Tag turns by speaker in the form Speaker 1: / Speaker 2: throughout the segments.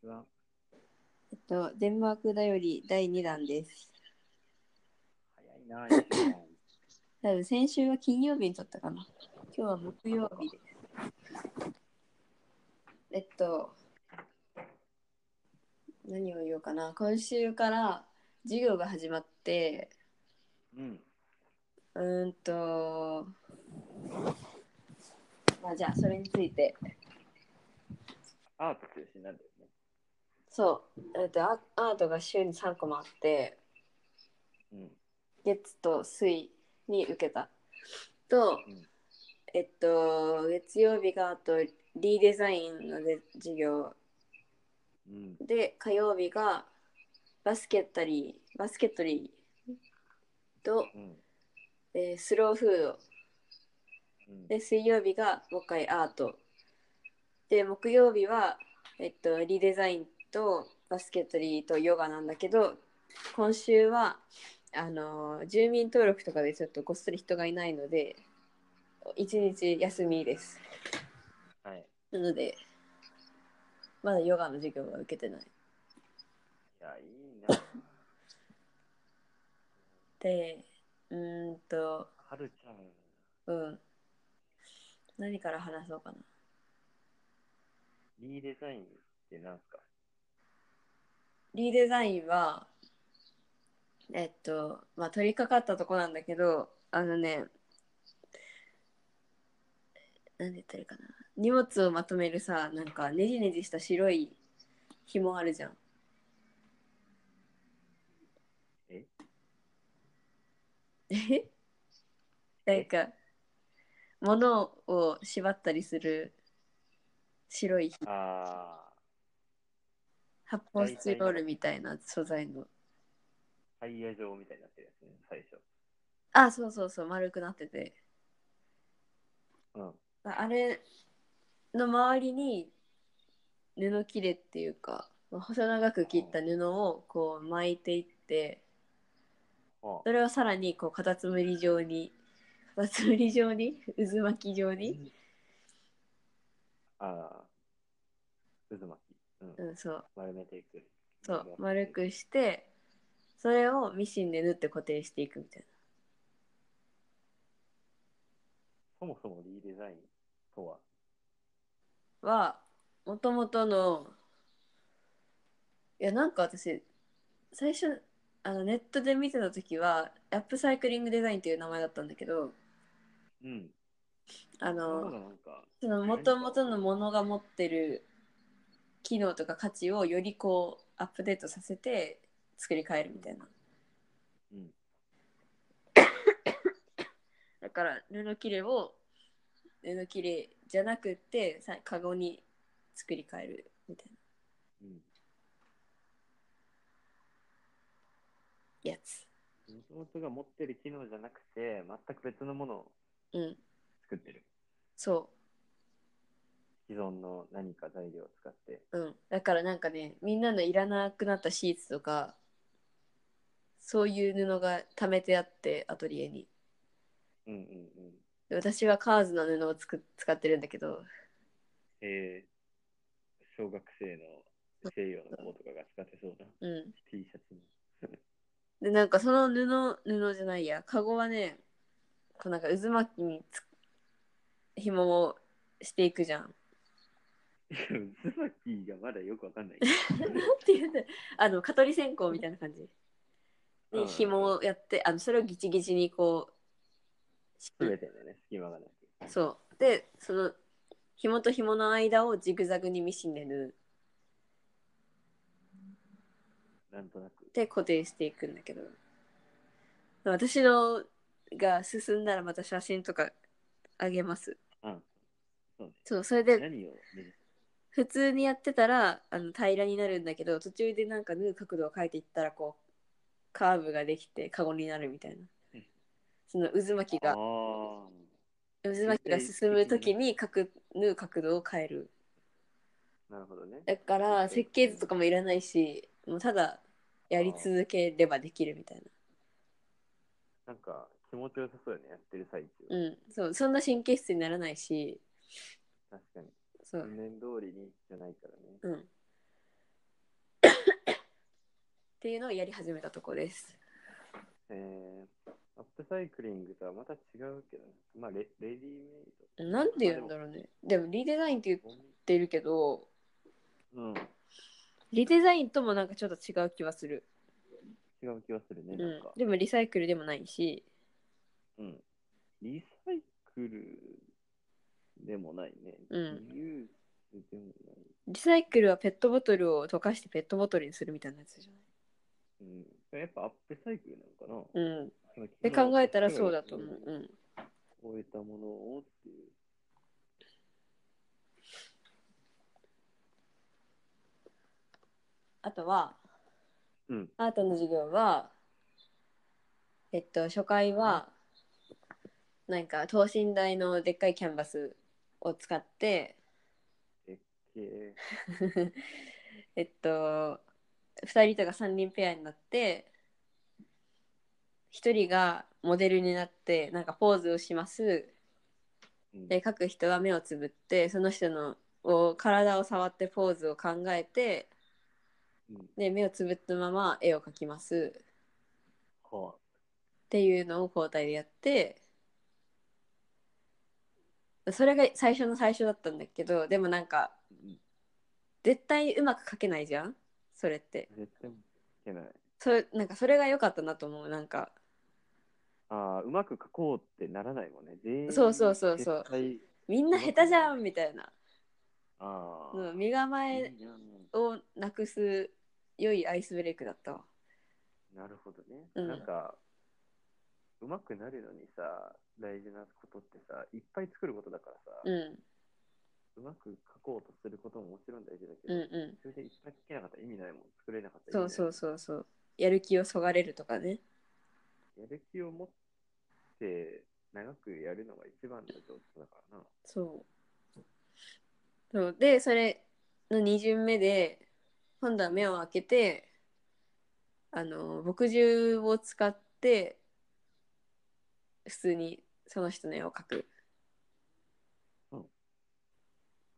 Speaker 1: ちは。
Speaker 2: えっと、デンマークだより第2弾です。
Speaker 1: 早いな、一週間
Speaker 2: 多分先週は金曜日に撮ったかな。今日は木曜日です。えっと、何を言おうかな。今週から授業が始まって、
Speaker 1: うん。
Speaker 2: うーんと、まあじゃあそれについて。
Speaker 1: アート中心なんだよね。
Speaker 2: そう、えっと、アアートが週に3コマあって、
Speaker 1: うん。
Speaker 2: 月と水に受けた。と、
Speaker 1: うん
Speaker 2: えっと、月曜日があとリデザインので授業
Speaker 1: うん。
Speaker 2: で、火曜日がバスケットリー、バスケットリーと、
Speaker 1: うん。
Speaker 2: えースローフード。
Speaker 1: うん。
Speaker 2: で、水曜日がもう一回アート。で、木曜日は、えっと、リデザインとバスケットリーとヨガなんだけど、今週は、あのー、住民登録とかでちょっとごっそり人がいないので、一日休みです。
Speaker 1: はい。
Speaker 2: なので、まだヨガの授業は受けてない。
Speaker 1: いや、いいな。
Speaker 2: で、うーんと、
Speaker 1: はるちゃん。
Speaker 2: うん。何から話そうかな。
Speaker 1: リーデザインってなんすか
Speaker 2: リデザインはえっとまあ取り掛かったとこなんだけどあのね何で言ったらいいかな荷物をまとめるさなんかねじねじした白い紐あるじゃん
Speaker 1: え
Speaker 2: え なんか物を縛ったりする白い
Speaker 1: あ
Speaker 2: 発泡スチロールみたいな素材の
Speaker 1: ー、タイヤ状みたいになってるやつね、最初。
Speaker 2: あそうそうそう丸くなってて
Speaker 1: うん。は
Speaker 2: ああれの周りに布切れっていうかまあ細長く切った布をこう巻いていって
Speaker 1: あ
Speaker 2: それをさらにこうカタツムリ状にカタツムリ状に 渦巻き状に、
Speaker 1: あー、渦巻き。うん。
Speaker 2: うん、そう
Speaker 1: 丸めていく。
Speaker 2: そう丸。くしてそれをミシンで縫って固定していくみたい
Speaker 1: そもそもリーデザインとは。
Speaker 2: なはもともとのいやなんか私最初あのネットで見てた時はアップサイクリングデザインっていう名前だったんだけど
Speaker 1: うん。
Speaker 2: あ
Speaker 1: そ
Speaker 2: の
Speaker 1: うだ、なんか。
Speaker 2: その元々のものが持ってる機能とか価値をよりこうアップデートさせて作り変えるみたいな
Speaker 1: うん。
Speaker 2: だから布切れを布切れじゃなくってさカゴに作り変えるみたい
Speaker 1: うん。
Speaker 2: なやつ
Speaker 1: もともとが持ってる機能じゃなくて、全く別のものを
Speaker 2: うん
Speaker 1: 作ってる。
Speaker 2: そ
Speaker 1: 既存の何か材料を使って。
Speaker 2: ううんだからなんかねみんなのいらなくなったシーツとかそういう布が溜めてあってアトリエに
Speaker 1: うんうんうん。
Speaker 2: で私はカーズの布をつく使ってるんだけど
Speaker 1: えー、小学生の西洋の子とかが使ってそうな
Speaker 2: うん
Speaker 1: T シャツに。
Speaker 2: でなんかその布布じゃないやカゴはねこうなんか渦巻きにつ紐をしていくじゃん。なん
Speaker 1: ズマキーがまだよくわ かんない。
Speaker 2: ていうんだあの蚊取り線香みたいな感じ
Speaker 1: う
Speaker 2: で
Speaker 1: ん
Speaker 2: 紐をやってあのそれをギチギチにこ
Speaker 1: すべてのね、隙間がなく。
Speaker 2: うそうでその紐と紐の間をジグザグにミシンで縫
Speaker 1: なんとなく
Speaker 2: っ。て固定していくんだけど私のが進んだらまた写真とかあげます。
Speaker 1: うん。そう
Speaker 2: そうそれ
Speaker 1: ね。
Speaker 2: で
Speaker 1: 何を見る
Speaker 2: 普通にやってたらあの平らになるんだけど途中でなんか縫う角度を変えていったらこうカーブができてカゴになるみたいな
Speaker 1: うん
Speaker 2: その渦巻き
Speaker 1: ああ
Speaker 2: が渦巻きが進む時に角縫う角度を変える
Speaker 1: ー。なるほどね。
Speaker 2: だから設計図とかもいらないしもうただやり続ければできるみたいな
Speaker 1: なんか気持ちよさそうよね、やってる最中。
Speaker 2: うんそうそんな神経質にならないし
Speaker 1: 確かに。
Speaker 2: そう
Speaker 1: 訓練通りにじゃないからね。
Speaker 2: うん いうのをやり始めたとこです。
Speaker 1: えー、アップサイクリングとはまた違うけど、ね、まあレ、レディメイ
Speaker 2: なんて言うんだろうね。でもリデザインって言っ
Speaker 1: ド。
Speaker 2: てるけど、
Speaker 1: うん、
Speaker 2: リデザインともなんかちょっと違う気はする。
Speaker 1: 違う気がするね、
Speaker 2: う
Speaker 1: なん
Speaker 2: ん
Speaker 1: か。。
Speaker 2: でもリサイクルでもないし、
Speaker 1: うん。リサイクルでもないね。
Speaker 2: うん
Speaker 1: リユースでもない。
Speaker 2: リサイクルはペットボトルを溶かしてペットボトルにするみたいなやつじ
Speaker 1: うん、それやっぱアップサイクルなのか
Speaker 2: ゃ
Speaker 1: な、
Speaker 2: ない。うん。
Speaker 1: その機
Speaker 2: で
Speaker 1: 能
Speaker 2: 考えたらそうだと思う。う
Speaker 1: 機
Speaker 2: ん。
Speaker 1: 能を終えたものをっていう。
Speaker 2: あとは、
Speaker 1: うん
Speaker 2: アートの授業は、えっと、初回は、なんか等身大のでっかいキャンバスを使って、
Speaker 1: え
Speaker 2: えっと、2人とか3人ペアになって、1人がモデルになって、なんかポーズをします。
Speaker 1: ーうん
Speaker 2: で、書く人は目をつぶって、その人のを体を触ってポーズを考えて、
Speaker 1: うん
Speaker 2: で、目をつぶったまま絵を描きます。
Speaker 1: は
Speaker 2: っていうのを交代でやってそれが最初の最初だったんだけどでもなんか
Speaker 1: あうん
Speaker 2: 絶対うまく書けないじゃんそれって
Speaker 1: 絶対いけない。
Speaker 2: そなんかそれが良かったなと思うなんか
Speaker 1: ああ、うまく書こうってならないもんね。全員
Speaker 2: そうそうそうそう
Speaker 1: 絶対
Speaker 2: みんな下手じゃんみたいな、
Speaker 1: ああ、
Speaker 2: うん、身構
Speaker 1: い
Speaker 2: え
Speaker 1: いな
Speaker 2: をなくす良いアイスブレイクだったわ
Speaker 1: なるほどね。
Speaker 2: うん
Speaker 1: なんか、うまくなるのにさ、大事なことってさ、いっぱい作ることだからさ、
Speaker 2: うん
Speaker 1: うまく書こうとすることももちろん大事だけ
Speaker 2: う
Speaker 1: ど、
Speaker 2: んう
Speaker 1: それでいっぱい書けなかったら意味ないもん、作れなかった
Speaker 2: ん
Speaker 1: ら意
Speaker 2: そう
Speaker 1: 味ない
Speaker 2: そうそうそうやる気をそがれるとかね
Speaker 1: やる気を持って長くやるのが一番の上手だからな。
Speaker 2: そうそうでそれの2巡目で今度は目を開けてあの墨汁を使って普通にその人の絵を描く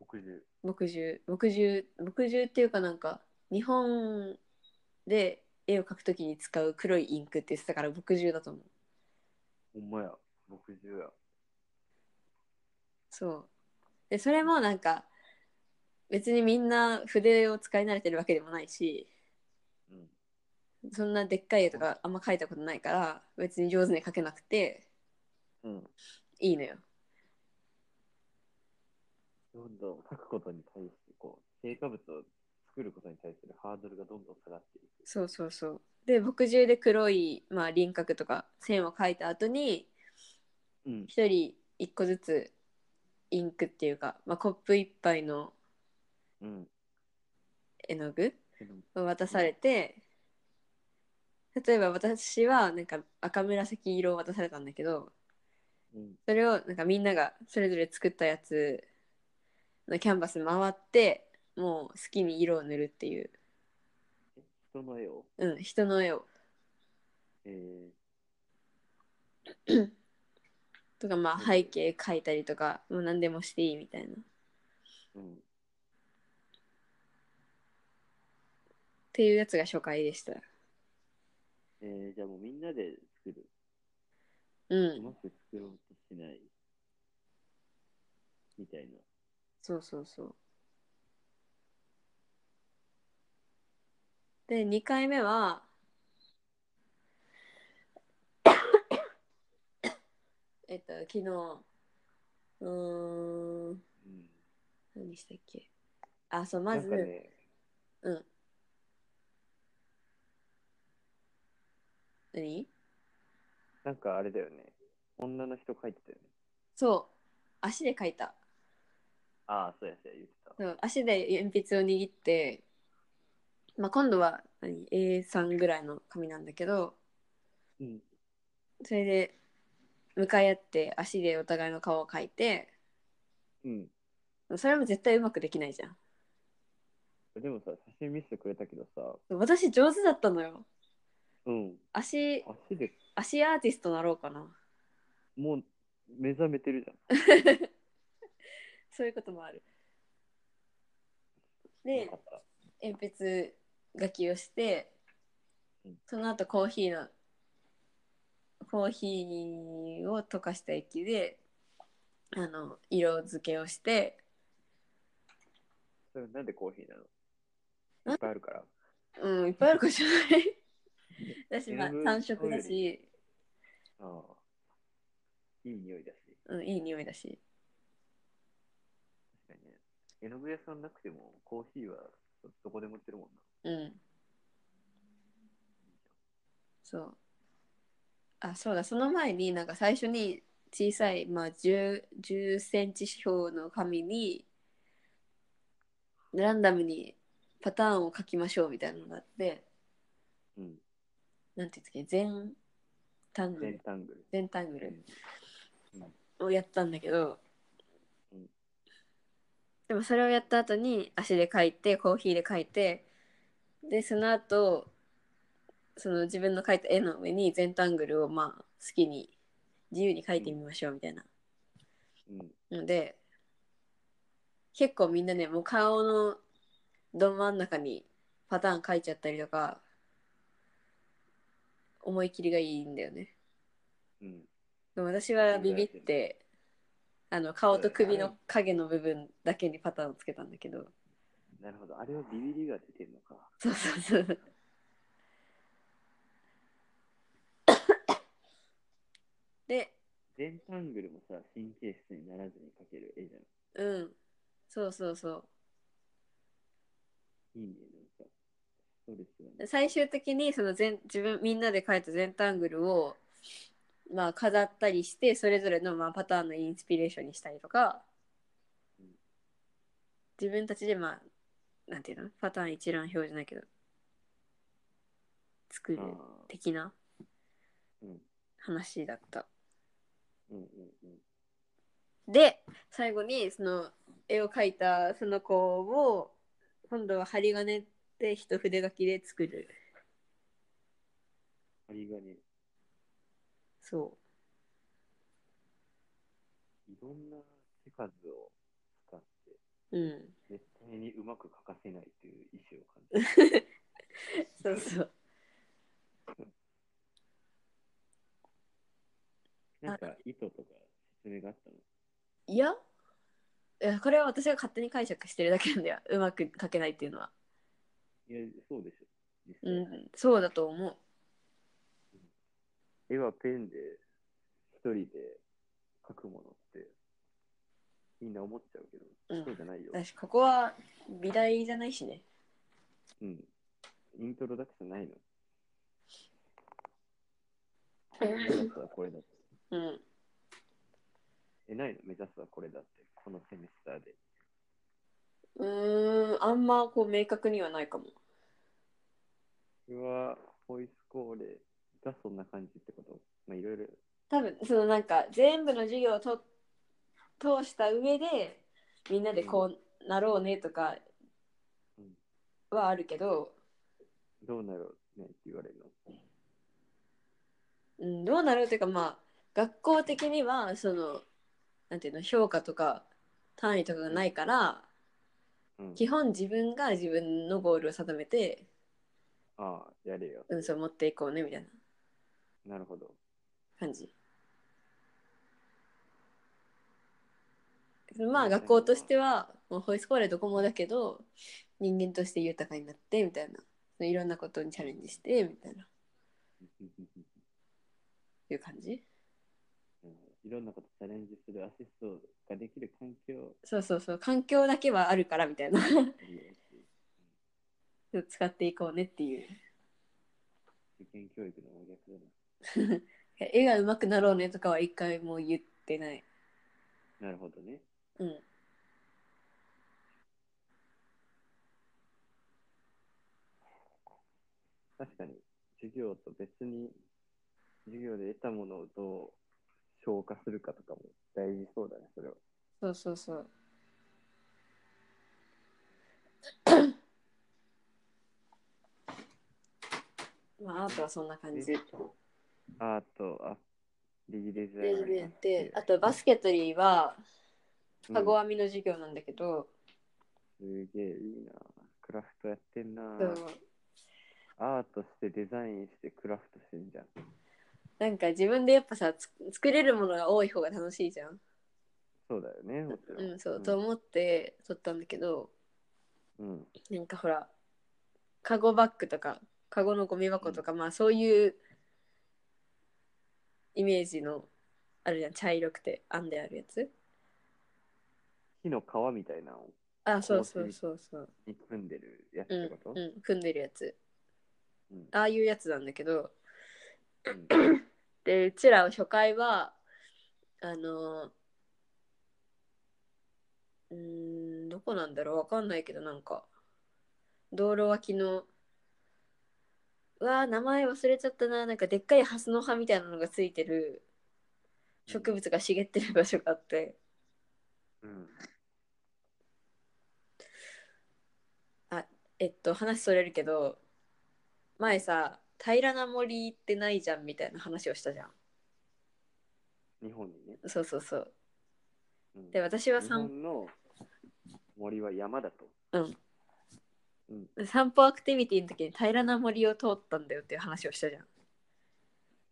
Speaker 1: 僕中。
Speaker 2: 墨汁墨汁墨汁っていうかなんか日本で絵を描くときに使う黒いインクって言ってたから墨汁だと思う
Speaker 1: ほんまや、僕中や。
Speaker 2: そうでそれもなんか別にみんな筆を使い慣れてるわけでもないし
Speaker 1: うん。
Speaker 2: そんなでっかい絵とかあんま描いたことないから別に上手に描けなくて
Speaker 1: うん。
Speaker 2: いいのよ。
Speaker 1: どんどん書くことに対して、こう、成果物を作ることに対するハードルがどんどん下がっていく。
Speaker 2: そうそうそう。で墨汁で黒い、まあ、輪郭とか線を描いた後に
Speaker 1: うん。
Speaker 2: 一人一個ずつインクっていうか、まあ、コップ一杯の
Speaker 1: うん。
Speaker 2: 絵の具
Speaker 1: け
Speaker 2: を
Speaker 1: ど
Speaker 2: 渡されて例えば私はなんか赤紫色を渡されたんだけど
Speaker 1: うん。
Speaker 2: それをなんかみんながそれぞれ作ったやつのキャンバス回ってもう好きに色を塗るっていう、
Speaker 1: え人の絵を、
Speaker 2: うん、人の絵を
Speaker 1: えー、
Speaker 2: とかまあ
Speaker 1: うん
Speaker 2: 背景描いたりとかもう何でもしていいみたいなっ
Speaker 1: うん。
Speaker 2: ていうやつが初回でした
Speaker 1: えー、じゃあもうみんなで作る。
Speaker 2: う
Speaker 1: うんまく作ろうとしない。みたいな。
Speaker 2: そうそうそうで2回目は えっと昨日うーん
Speaker 1: うん。
Speaker 2: 何したっけあそうまず、
Speaker 1: なんかね、
Speaker 2: うん何
Speaker 1: なんかあれだよね。女の人描いてたよね。
Speaker 2: そう足で描いた
Speaker 1: ああ、そうやそうや、言ってた。
Speaker 2: そう足で鉛筆を握って、まあ、今度は何 A3 ぐらいの紙なんだけど
Speaker 1: うん。
Speaker 2: それで向かい合って足でお互いの顔を描いて
Speaker 1: うん。
Speaker 2: それも絶対うまくできないじゃん
Speaker 1: でもさ、写真見せてくれたけどさ、
Speaker 2: 私上手だったのよ
Speaker 1: うん。
Speaker 2: 足
Speaker 1: 足で
Speaker 2: 足アーティストなろうかな
Speaker 1: もう目覚めてるじ
Speaker 2: そういうこともある
Speaker 1: ゃん。
Speaker 2: で
Speaker 1: よかった
Speaker 2: 鉛筆書きをしてその後コーヒーのコーヒーを溶かした液であの色付けをして
Speaker 1: それなんでコーヒーなの
Speaker 2: ん
Speaker 1: いっぱいあるから。
Speaker 2: うんいっぱいあるかもしれない 私まあ
Speaker 1: 絵の具
Speaker 2: 単色だし、
Speaker 1: ああ。いい匂いだし。
Speaker 2: うん、いい匂いだし
Speaker 1: 確かにね。絵の具屋さんなくてもコーヒーはどこでも売ってるもんな。
Speaker 2: うんそうあそうだその前になんか最初に小さい、まあ、10, 10センチ四方の紙にランダムにパターンを書きましょうみたいなのがあって
Speaker 1: うん。
Speaker 2: なんていうんですか全タング
Speaker 1: 全
Speaker 2: ル
Speaker 1: タングル。
Speaker 2: 全タングル
Speaker 1: 全
Speaker 2: をやったんだけど、
Speaker 1: うん
Speaker 2: でもそれをやった後に足で書いてコーヒーで書いてでその後その自分の描いた絵の上に全タングルをまあ好きに自由に描いてみましょうみたいな
Speaker 1: うん。
Speaker 2: ので結構みんなねもう顔のど真ん中にパターン描いちゃったりとか思い切りがいいんだよね。
Speaker 1: うん。
Speaker 2: でも私はビビってあの顔と首の影の部分だけにパターンをつけたんだけど
Speaker 1: なるほど。あれはビビりが出てるのか。
Speaker 2: そうそうそうで
Speaker 1: 全タングルもさ、神経質にならずに描ける絵じゃん。
Speaker 2: うんそうそうそ
Speaker 1: いいね。なんか、そうですよ
Speaker 2: う
Speaker 1: ね。
Speaker 2: 最終的にその全自分みんなで描いた全タングルをまあ飾ったりしてそれぞれのまあパターンのインスピレーションにしたりとか
Speaker 1: うん
Speaker 2: 自分たちでまあなんていうのパターン一覧表じゃないけど作る
Speaker 1: ああ。
Speaker 2: 的な
Speaker 1: うん。
Speaker 2: 話だった。
Speaker 1: うんうんうん。
Speaker 2: で最後にその絵を描いたその子を今度は針金で一筆書きで作る
Speaker 1: 針金。
Speaker 2: そ
Speaker 1: いろんな手数を使って、
Speaker 2: ううん
Speaker 1: 絶対にうまく描かせないという意思を感じる。
Speaker 2: そうそう
Speaker 1: なんか、意図とか説明があったの
Speaker 2: いやいやこれは私が勝手に解釈してるだけなんだようまく描けないっていうのはい
Speaker 1: や、そうでしょ。実際
Speaker 2: うんそうだと思う
Speaker 1: 絵はペンで、一人で描くものって、みんな思っちゃうけど、
Speaker 2: うん
Speaker 1: そうじゃないよ。
Speaker 2: 私ここは美大じゃないしね
Speaker 1: うん。イントロダクションないの。
Speaker 2: う
Speaker 1: 目指すはこれだって。
Speaker 2: うん
Speaker 1: え、ないの目指すはこれだって。このセミスターで。
Speaker 2: うーんあんまこう明確にはないかも
Speaker 1: これは、ホイスコーレがそんな感じってこと。まあ、いろいろ。
Speaker 2: 多分そのなんか全部の授業をと通した上でみんなでこうなろうねとかはあるけど、
Speaker 1: どうなろうねって言われるの。
Speaker 2: うん、どうなろうっていうかまあ学校的にはそのなんていうの評価とか単位とかがないから
Speaker 1: うん、
Speaker 2: 基本自分が自分のゴールを定めて、
Speaker 1: ああ、やれよ。
Speaker 2: うん、そう持っていこうねみたいな
Speaker 1: なるほど。
Speaker 2: 感じ。まあ学校としてはもうホイスコーレどこもだけど人間として豊かになってみたいないろんなことにチャレンジしてみたいないう感じ
Speaker 1: うんいろんなことチャレンジするアシストができる環境
Speaker 2: そうそうそう環境だけはあるからみたいな
Speaker 1: いいよし
Speaker 2: 使っていこうねっていう
Speaker 1: 受験教育のお逆だ
Speaker 2: 絵が上手くなろうねとかは一回も言ってない
Speaker 1: な。なるほどね。
Speaker 2: うん
Speaker 1: 確かに、授業と別に、授業で得たものをどう消化するかとかも大事そうだね、それは。
Speaker 2: そうそうそう まあアートはそんな感じ
Speaker 1: でアート、あ、リデザイ
Speaker 2: で
Speaker 1: ン
Speaker 2: でであとバスケットリーは
Speaker 1: うん
Speaker 2: かご編みの授業なんだけど、
Speaker 1: すげえいいな。クラフトやってんな。
Speaker 2: そう
Speaker 1: アートしてデザインしてクラフトしてんじゃん。
Speaker 2: なんか自分でやっぱさつ作れるものが多い方が楽しいじゃん。
Speaker 1: そうだよね、もちろん。
Speaker 2: うん、そう、と思って撮ったんだけど
Speaker 1: うん。
Speaker 2: なんかほらカゴバッグとかカゴのゴミ箱とか、まあそういうイメージのあるじゃん茶色くて編んであるやつ。
Speaker 1: 木の皮みたいなのを
Speaker 2: あそうそうそうそう。
Speaker 1: に組んでるやつ
Speaker 2: う
Speaker 1: って
Speaker 2: んう
Speaker 1: こと、
Speaker 2: ん、組んでるやつ
Speaker 1: うん
Speaker 2: ああいうやつなんだけど
Speaker 1: うん
Speaker 2: でうちらは初回はあのうーんどこなんだろうわかんないけどなんか道路脇のうわー名前忘れちゃったななんかでっかいハスの葉みたいなのがついてる植物が茂ってる場所があって
Speaker 1: うん
Speaker 2: えっと話それるけど前さ平らな森ってないじゃんみたいな話をしたじゃん
Speaker 1: 日本にね。
Speaker 2: そうそうそう
Speaker 1: うん
Speaker 2: で私は
Speaker 1: 日
Speaker 2: 散
Speaker 1: 本の森は山だと。
Speaker 2: 散歩アクティビティの時に平らな森を通ったんだよっていう話をしたじゃん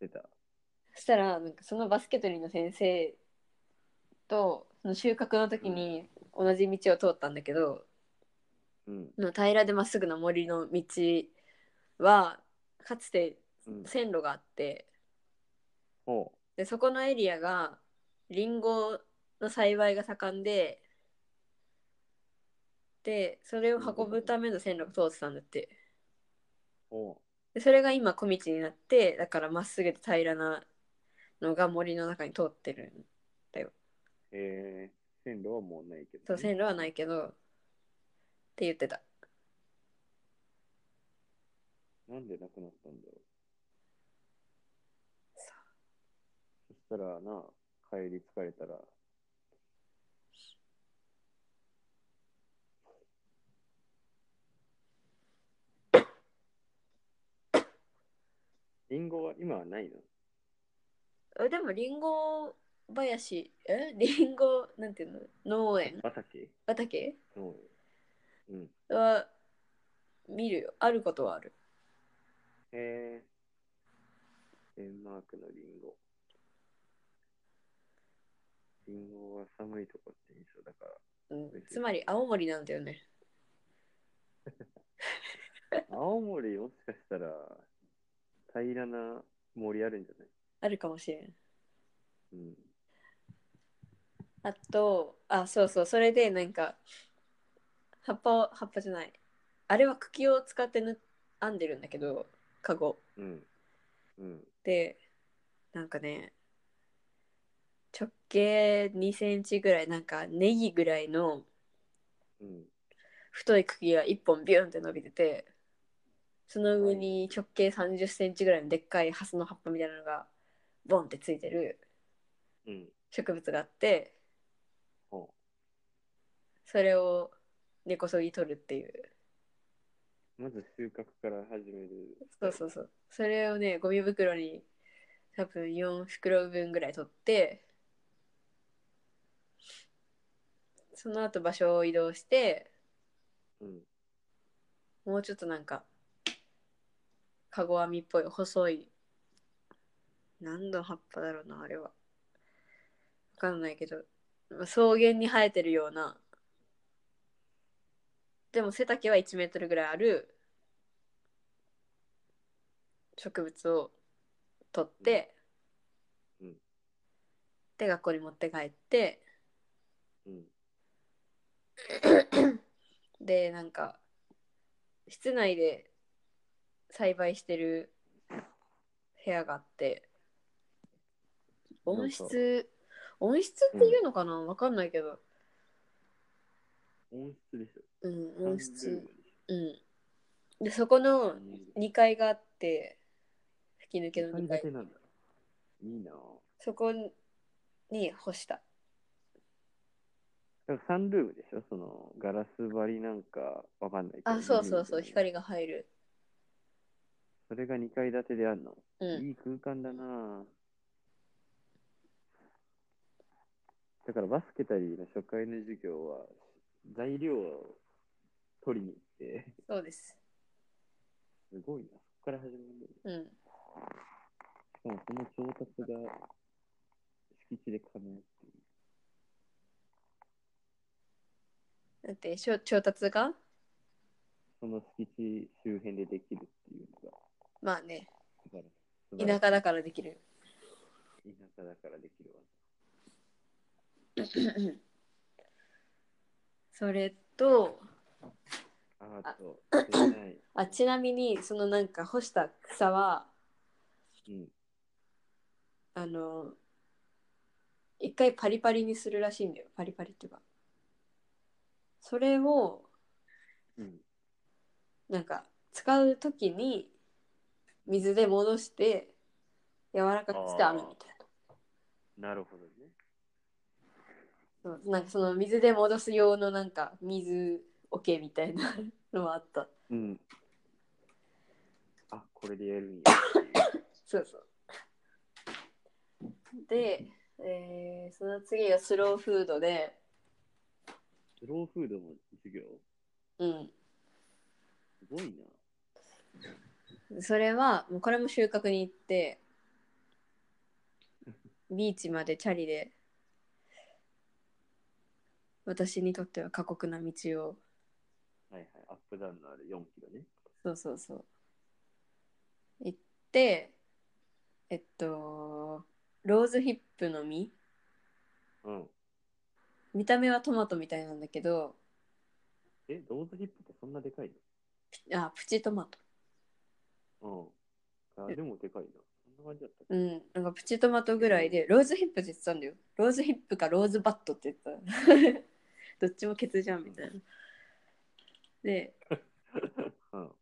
Speaker 1: 出た。
Speaker 2: そしたらなんかそのバスケットリーの先生とその収穫の時に同じ道を通ったんだけど、
Speaker 1: うん。
Speaker 2: その平らでまっすぐな森の道はかつて
Speaker 1: うん、
Speaker 2: 線路があって
Speaker 1: ほ
Speaker 2: でそこのエリアがリンゴの栽培が盛んででそれを運ぶための線路が通ってたんだって。
Speaker 1: う。ほ
Speaker 2: でそれが今小道になってだからまっすぐで平らなのが森の中に通ってる
Speaker 1: う。えー、線路はもうないけど、ね。
Speaker 2: そう線路はないけどって言ってた
Speaker 1: なんでなくなったんだろう。そしたらな、帰り疲れ たら、リンゴは今はないの
Speaker 2: あでもりんご林えりんごなんていうの農園
Speaker 1: 畑
Speaker 2: 畑
Speaker 1: 農園。うん。
Speaker 2: は見るよあることはある
Speaker 1: へえ。デンマークのリンゴ。リンゴは寒いとこって印象だから。
Speaker 2: うんつまり青森なんだよね
Speaker 1: 青森もしかしたら平らな森あるんじゃない
Speaker 2: あるかもしれん
Speaker 1: うん。
Speaker 2: あとあそうそうそれでなんか葉っぱを葉っぱじゃないあれは茎を使ってぬ編んでるんだけどカゴ
Speaker 1: うん。うん。
Speaker 2: でなんかね直径2センチぐらいなんかネギぐらいの
Speaker 1: うん。
Speaker 2: 太い茎が1本ビュンって伸びててその上に直径3 0センチぐらいのでっかいハスの葉っぱみたいなのがボンってついてる
Speaker 1: うん。
Speaker 2: 植物があって
Speaker 1: ほ
Speaker 2: それを根こそぎ取るっていう
Speaker 1: うまず収穫から始める。
Speaker 2: そうそうそうそれをねゴミ袋に多分4袋分ぐらい取ってその後場所を移動して
Speaker 1: うん。
Speaker 2: もうちょっとなんか、かご編みっぽい、細い、何の葉っぱだろうな、あれは。わかんないけど、まあ草原に生えてるような、でも背丈は1メートルぐらいある植物を取って、
Speaker 1: うんうん
Speaker 2: で、学校に持って帰って、
Speaker 1: うん。
Speaker 2: でなんか室内で栽培してる部屋があって
Speaker 1: なんか
Speaker 2: 温室温室っていうのかな、わかんないけど
Speaker 1: 温室でし
Speaker 2: うん
Speaker 1: ょ。
Speaker 2: 温
Speaker 1: 30
Speaker 2: 室
Speaker 1: 度
Speaker 2: うんでそこの
Speaker 1: に
Speaker 2: 2階があって吹き抜けの
Speaker 1: 感
Speaker 2: 2
Speaker 1: じだ
Speaker 2: 階
Speaker 1: けなんだ。いいなぁ
Speaker 2: そこに干した
Speaker 1: でもサンルームでしょそのガラス張りなんかわかんないけど。
Speaker 2: あそうそうそう
Speaker 1: リビング
Speaker 2: 光
Speaker 1: でね。
Speaker 2: が入る
Speaker 1: それが2階建てであるの。
Speaker 2: うん
Speaker 1: いい空間だなぁだからバスケタリーの初回の授業は材料を取りに行って、
Speaker 2: そうです
Speaker 1: すごいな。そこから始まる。
Speaker 2: うん。
Speaker 1: しかもその調達が敷地で可能っていう。
Speaker 2: だって、しょ調達が
Speaker 1: その敷地周辺でできるっていうのが
Speaker 2: まあね、
Speaker 1: 素晴らしい。
Speaker 2: 田舎だからできる。
Speaker 1: 田舎だからできるわ。
Speaker 2: それと、
Speaker 1: アート、デザイン
Speaker 2: あ、ちなみに、そのなんか干した草は、
Speaker 1: うん。
Speaker 2: あの、一回パリパリにするらしいんだよ。パリパリっていうか。それを、
Speaker 1: うん。
Speaker 2: なんか、使うときに、水で戻して、柔らかくして編むみたいな。
Speaker 1: なるほどね。
Speaker 2: そうなんかその水で戻す用のなんか水桶みたいなのもあった。
Speaker 1: うん。あ、これでやるんや。
Speaker 2: そうそう。で、えーその次がスローフードで、
Speaker 1: ス ローフードの授業
Speaker 2: うん。
Speaker 1: すごいな。
Speaker 2: それは、もうこれも収穫に行って、ビーチまでチャリで、私にとっては過酷な道を、
Speaker 1: はいはい。アップダウンのある4キロね。
Speaker 2: そうそうそう。行って、えっと、ローズヒップの実
Speaker 1: うん。
Speaker 2: 見た目はトマトみたいなんだけど、
Speaker 1: え、ローズヒップってそんなでかい
Speaker 2: あ、プチトマト。
Speaker 1: のうん。あ、でもでかいな。そんな感じだったっけ
Speaker 2: うん、なんかプチトマトぐらいで、ローズヒップって言ってたんだよ。ローズヒップかローズバットって言ってた。 どっちもケツじゃんみたいな。で、
Speaker 1: うん。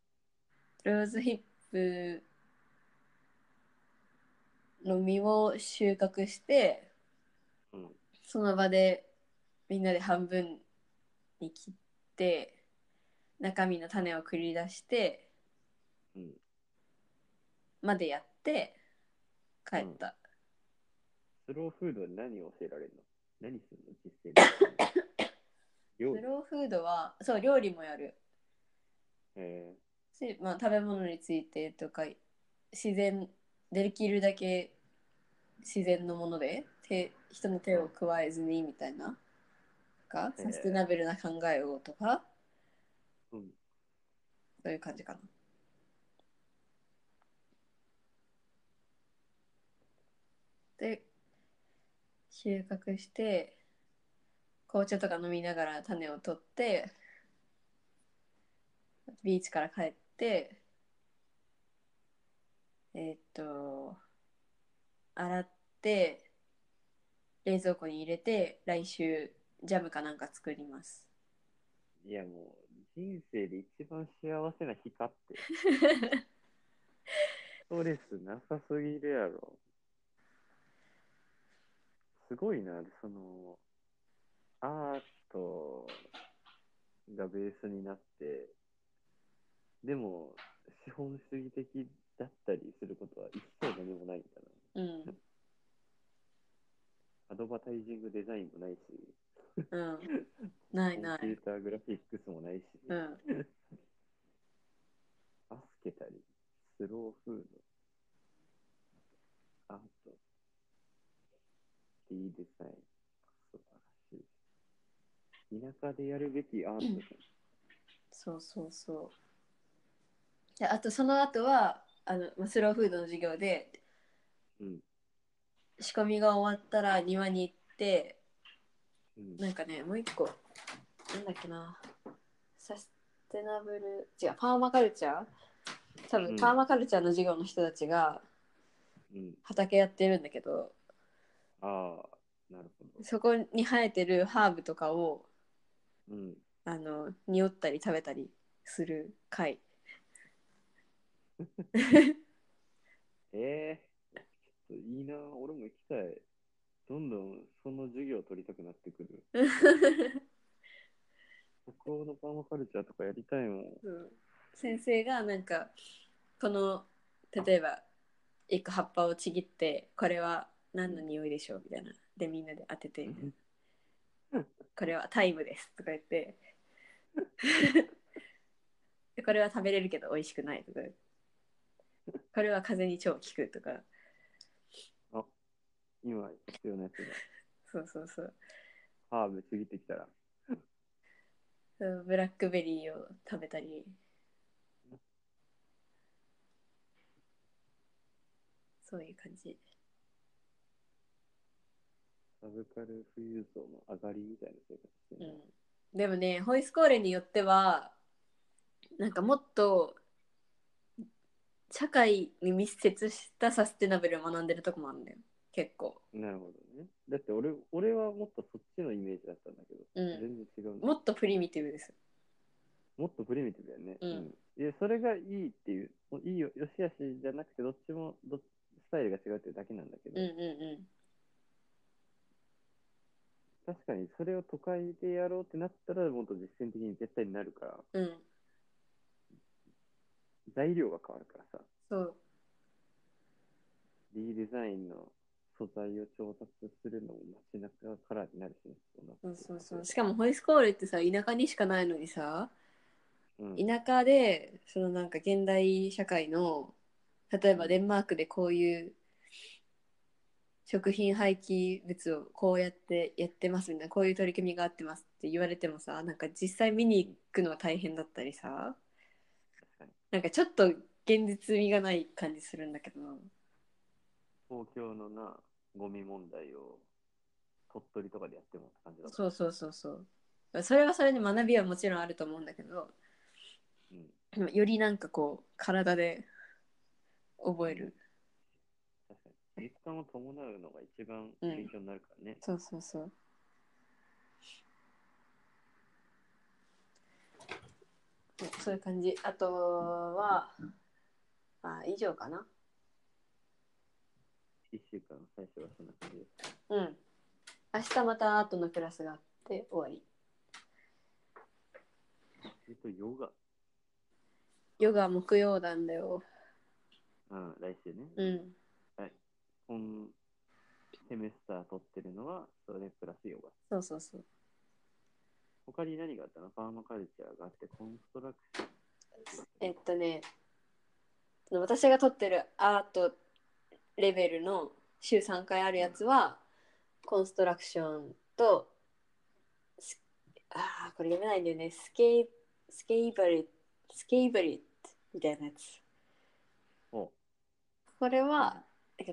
Speaker 2: ローズヒップの実を収穫して、
Speaker 1: うん。
Speaker 2: その場でみんなで半分に切って、中身の種を繰り出して、
Speaker 1: うん。
Speaker 2: までやって、帰った。
Speaker 1: スローフードは何を教えられるの何するの実践 で。料
Speaker 2: ス
Speaker 1: 理。
Speaker 2: ローフードはそう料理もやる
Speaker 1: え
Speaker 2: し、まあ、食べ物についてとか自然できるだけ自然のもので手人の手を加えずにみたいなとか
Speaker 1: へえ
Speaker 2: サステナブルな考えをとか
Speaker 1: ー、うん。
Speaker 2: そういう感じかなで収穫して紅茶とか飲みながら種を取ってビーチから帰ってえーっと洗って冷蔵庫に入れて来週ジャムかなんか作り ます
Speaker 1: いやもう、人生で一番幸せな日かって。ストレスなさすぎるやろ。すごいな、その、アートがベースになって、でも、資本主義的だったりすることは一切何もないんだな。
Speaker 2: うん
Speaker 1: アドバタイジングデザインもないし、
Speaker 2: うんないな
Speaker 1: コン
Speaker 2: い
Speaker 1: ピューターグラフィックスもないし、
Speaker 2: うん
Speaker 1: バスケたり、スローフード、アート、いいデザイン、素晴らしい。田舎でやるべきアートじ
Speaker 2: そうそうそう。であとその後はあのまあスローフードの授業で
Speaker 1: ゃん。うん。
Speaker 2: 仕込みが終わったら庭に行って
Speaker 1: うん、
Speaker 2: なんかねもう一個なんだっけなサステナブル違うパーマカルチャー多
Speaker 1: うん
Speaker 2: 分パーマカルチャーの授業の人たちが
Speaker 1: うん。
Speaker 2: 畑やってるんだけど
Speaker 1: ああ、なるほど。
Speaker 2: そこに生えてるハーブとかを
Speaker 1: うん。
Speaker 2: あの匂ったり食べたりする会
Speaker 1: ええちょっといいな、俺も行きたい。どんどんその授業を取りたくなってくる。北欧のパーマカルチャーとかやりたいもん。
Speaker 2: うん先生がなんかこの例えば一個葉っぱをちぎってこれは何の匂いでしょうみたいなでみんなで当ててみたいなこれはタイムですとか言ってでこれは食べれるけど美味しくないとかこれは風邪に超効くとか
Speaker 1: 今必要なやつ
Speaker 2: そ
Speaker 1: が
Speaker 2: うそうそう
Speaker 1: ハーブ過ぎてきたら
Speaker 2: そうブラックベリーを食べたりそういう感じ
Speaker 1: サブカル富裕層の上がりみたいな生活してるな、
Speaker 2: うんでもねホイスコーレによってはなんかもっと社会に密接したサステナブルを学んでるとこもあるんだよ結構
Speaker 1: なるほどねだって俺俺はもっとそっちのイメージだったんだけ
Speaker 2: う
Speaker 1: ど、
Speaker 2: ん
Speaker 1: 全然違うね
Speaker 2: もっとプリミティブです
Speaker 1: もっとプリミティブだよね、
Speaker 2: うん
Speaker 1: いやそれがいいっていうもういいよよしあしじゃなくてどっちもどっスタイルが違うっていうだけなんだけ
Speaker 2: う
Speaker 1: ど、
Speaker 2: んう
Speaker 1: 確かにそれを都会でやろうってなったらもっと実践的に絶対になるから
Speaker 2: んうんうん
Speaker 1: 材料が変わるからさ
Speaker 2: そう
Speaker 1: リデザインの素材を調達するのも街中からになるしね
Speaker 2: そうそうそうしかもホイスコーレってさ田舎にしかないのにさ
Speaker 1: うん、
Speaker 2: 田舎でそのなんか現代社会の例えばデンマークでこういう食品廃棄物をこうやってやってますみたいなこういう取り組みがあってますって言われてもさなんか実際見に行くのは大変だったりさなんかちょっと現実味がない感じするんだけど
Speaker 1: 東京のなゴミ問題を鳥取とかでやってもって感じだもん
Speaker 2: そうそうそうそうそれはそれで学びはもちろんあると思うんだけど
Speaker 1: うん
Speaker 2: でもよりなんかこう体で覚える
Speaker 1: 確かに実感を伴うのが一番
Speaker 2: うん
Speaker 1: 勉強になるからね、
Speaker 2: そうそうそう。そういう感じ。あとは、あ、以上かな。
Speaker 1: 一週間最初はそんな感じです
Speaker 2: うん。明日また後のクラスがあって終わり。
Speaker 1: えっとヨガ
Speaker 2: ヨガ木曜なんだよ。
Speaker 1: うん来週ね、
Speaker 2: うん。
Speaker 1: 今セメスター取ってるのはそれプラスヨガ
Speaker 2: そうそうそう。
Speaker 1: 他に何があったのファーマカルチャーがあってコンストラクション
Speaker 2: えっとね、私が撮ってるアートレベルの週3回あるやつは、コンストラクションと、スあーこれ読めないんだよね、スケイ、スケイバリット、スケイバリットみたいなやつ。
Speaker 1: を
Speaker 2: これは、なんか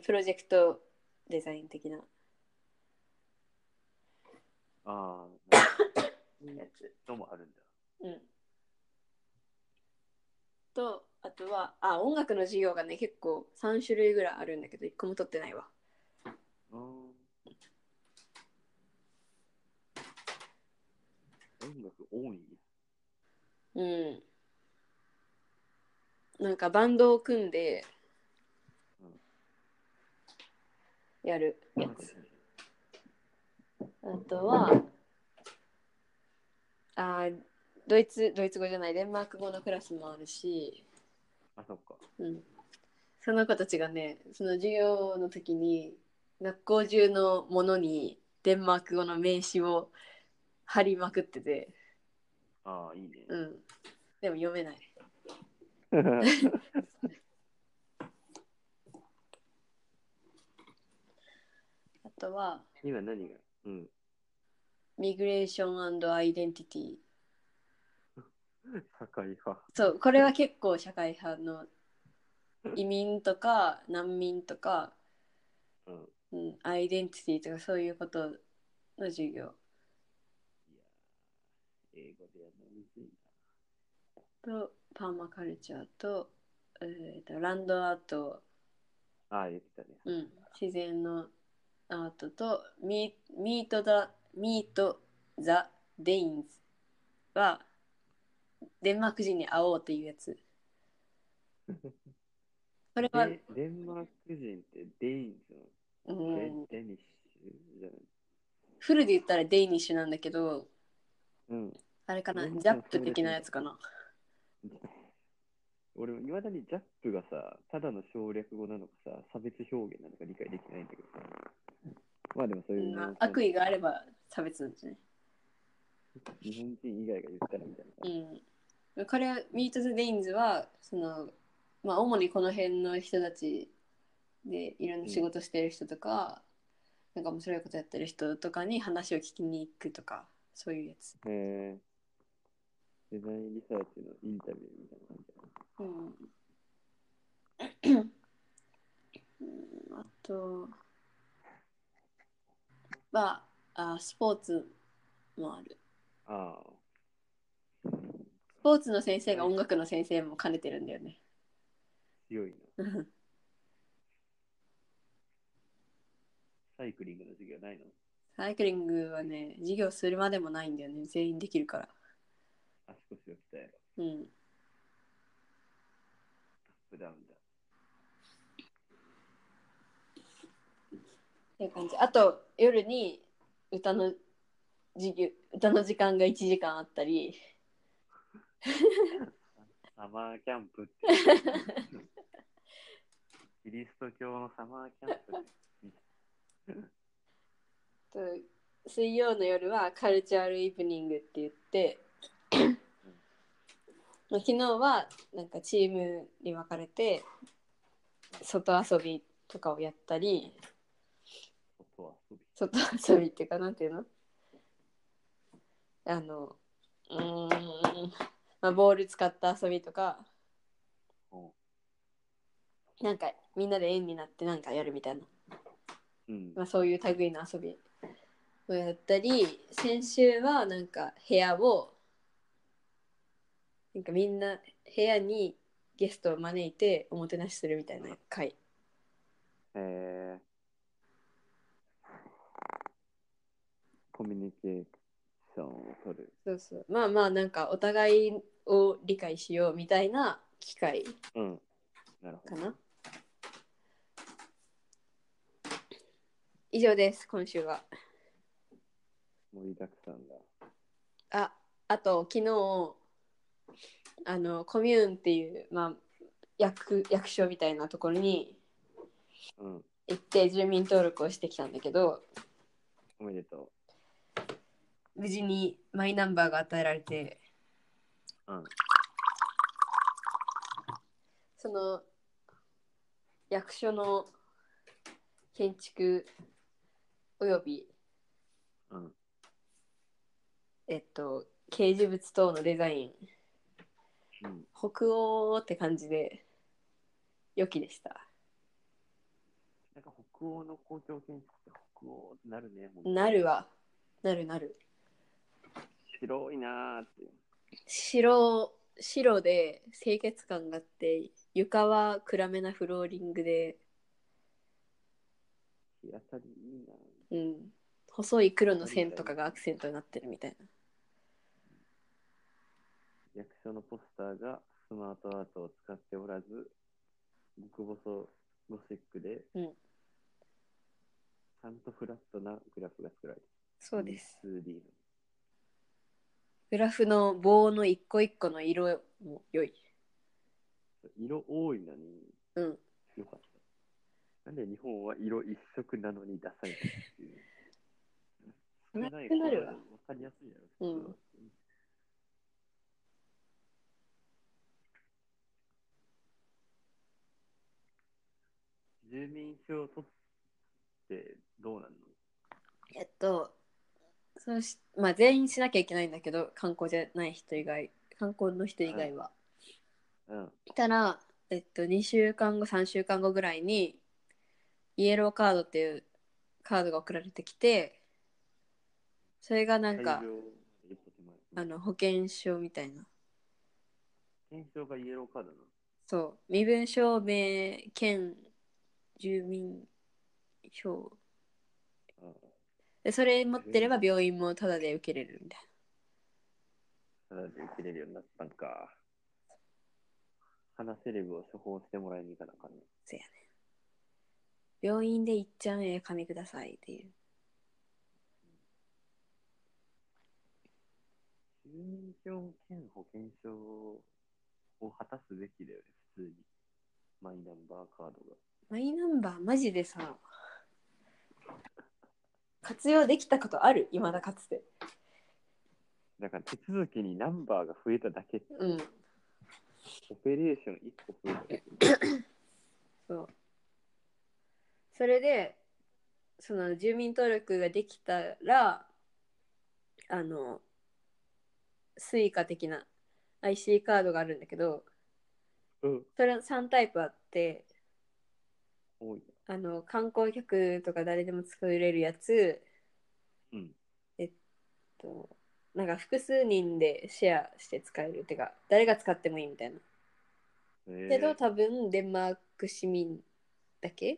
Speaker 2: プロジェクトデザイン的な
Speaker 1: ああなるほど
Speaker 2: やつ。
Speaker 1: のもあるんだ
Speaker 2: うん。と、あとは、あ、音楽の授業がね、結構3種類ぐらいあるんだけど、1個も撮ってないわ。
Speaker 1: あー音楽多い
Speaker 2: うん。なんかバンドを組んでやるやつ。あとは、あードイツ、ドイツ語じゃない、デンマーク語のクラスもあるし、
Speaker 1: あそっか
Speaker 2: うん。その子たちがね、その授業の時に、学校中のものにデンマーク語の名詞を貼りまくってて、
Speaker 1: ああいいね、
Speaker 2: うん。でも読めない。あとは、
Speaker 1: 今何がうん
Speaker 2: ミグレーションアイデンティティ。
Speaker 1: 社会派
Speaker 2: そう、これは結構社会派の移民とか難民とか、
Speaker 1: うんい
Speaker 2: うん、アイデンティティとかそういうことの授業
Speaker 1: やー英語でやるのむずいな
Speaker 2: とパーマカルチャーと,、えーとランドアート、
Speaker 1: ああ、言ってたね。
Speaker 2: うん、自然のアートとミミートザ・ミート・ザ・デインズはデンマーク人に会おうっていうや つ。これは、
Speaker 1: でデンマーク人ってデインズ
Speaker 2: う
Speaker 1: の、デ
Speaker 2: ん、
Speaker 1: デニッシュじゃない。
Speaker 2: フルで言ったらデイニッシュなんだけど、
Speaker 1: うん。
Speaker 2: あれかな、
Speaker 1: デイニッシ
Speaker 2: ジ
Speaker 1: ュ
Speaker 2: ャ
Speaker 1: の
Speaker 2: ップ的なやつかな。
Speaker 1: 俺もいまだにジャップがさ、ただの省略語なのかさ、差別表現なのか理解できないんだけどさ。まあでもそういう、
Speaker 2: うん悪意があれば差別なんですね。
Speaker 1: 日本人以外が言ったらみたいな。
Speaker 2: うん。彼はミート・ザ・デインズはその、まあ、主にこの辺の人たちでいろんな仕事してる人とか、なんか面白いことやってる人とかに話を聞きに行くとかそういうやつ、
Speaker 1: えー、デザインリサーチのインタビューみたいな感じだな
Speaker 2: うん、うんあとはあスポーツもある
Speaker 1: ああ。
Speaker 2: スポーツの先生が音楽の先生も兼ねてるんだよね
Speaker 1: 強い
Speaker 2: う
Speaker 1: な。
Speaker 2: ん
Speaker 1: サイクリングの授業ないの
Speaker 2: サイクリングはね授業するまでもないんだよね全員できるから
Speaker 1: 足腰を鍛えろ。
Speaker 2: うん
Speaker 1: アップダウンだ。
Speaker 2: っていう感じあと夜に歌の授業歌の時間が1時間あったり
Speaker 1: サマーキャンプって。 キリスト教のサマーキャンプ。
Speaker 2: と水曜の夜はカルチャールイブニングって言ってまあ昨日はなんかチームに分かれて外遊びとかをやったり
Speaker 1: 外遊び。
Speaker 2: 外遊びっていうかなんていうのあのうーん、まあ、ボール使った遊びとか
Speaker 1: お
Speaker 2: なんかみんなで円になってなんかやるみたいな。
Speaker 1: うん。
Speaker 2: まあ、そういう類の遊びをやったり先週はなんか部屋をなんかみんな部屋にゲストを招いておもてなしするみたいな会
Speaker 1: えー、コミュニケーションを取る。
Speaker 2: そうそうまあまあなんかお互いを理解しようみたいな機会
Speaker 1: うん。なるほ
Speaker 2: か
Speaker 1: ど。
Speaker 2: な以上です今週は
Speaker 1: 盛りだくさんだ。
Speaker 2: ああと昨日あのコミューンっていう、まあ、役役所みたいなところに
Speaker 1: うん。
Speaker 2: 行って住民登録をしてきたんだけど
Speaker 1: おめでと
Speaker 2: 無事にマイナンバーが与えられて
Speaker 1: う。うん。
Speaker 2: その役所の建築および、
Speaker 1: うん。
Speaker 2: えっと、掲示物等のデザイン
Speaker 1: うん。
Speaker 2: 北欧って感じで良きでした
Speaker 1: なんか北欧の公共建築って北欧ってなるね。ほんと
Speaker 2: なるわなるなる
Speaker 1: 白いなーって。
Speaker 2: 白白で清潔感があって床は暗めなフローリングで、
Speaker 1: 日当たりいいなー。
Speaker 2: うん、細い黒の線とかがアクセントになってるみたいな
Speaker 1: 役所のポスターがスマートアートを使っておらず、極細ゴシックで、
Speaker 2: うん
Speaker 1: ちゃんとフラットなグラフが作られている
Speaker 2: そうです。
Speaker 1: 2D の
Speaker 2: グラフの棒の一個一個の色も良い
Speaker 1: 色多いのに
Speaker 2: うん
Speaker 1: 良かった。なんで日本は色一色なのにダサいのっていう。
Speaker 2: なくなるわ
Speaker 1: わかりやすいや
Speaker 2: う
Speaker 1: ろ。
Speaker 2: ん
Speaker 1: 普通は住民票を取ってどうなるの
Speaker 2: えっとそうし、まあ、全員しなきゃいけないんだけど観光じゃない人以外観光の人以外は、
Speaker 1: うん。
Speaker 2: たら、えっと、2週間後3週間後ぐらいにイエローカードっていうカードが送られてきてそれがなんか
Speaker 1: 会場まで一歩手前
Speaker 2: あの保険証みたいな
Speaker 1: 検証がイエローカードなの。
Speaker 2: そう身分証明兼住民票
Speaker 1: ああ
Speaker 2: でそれ持ってれば病院もタダで受けれるみたい
Speaker 1: ただで受けれるようになったんか。鼻セレブを処方してもらいに行かなあかんね。
Speaker 2: な病院でいっちゃんええ紙くださいっていう
Speaker 1: 住民票兼保険証を果たすべきだよね、普通に。マイナンバーカードが。
Speaker 2: マイナンバーマジでさ活用できたことあるいまだかつて
Speaker 1: だから手続きにナンバーが増えただけ、
Speaker 2: うん
Speaker 1: オペレーション1個増えただけ。
Speaker 2: そうそれでその住民登録ができたらあのスイカ的な IC カードがあるんだけど
Speaker 1: うん、
Speaker 2: それ3タイプあって
Speaker 1: 多い
Speaker 2: あの観光客とか誰でも作れるやつ
Speaker 1: な。うん。
Speaker 2: となんか複数人でシェアして使えるてか誰が使ってもいいみたいな
Speaker 1: え
Speaker 2: けど多分デンマーク市民だけ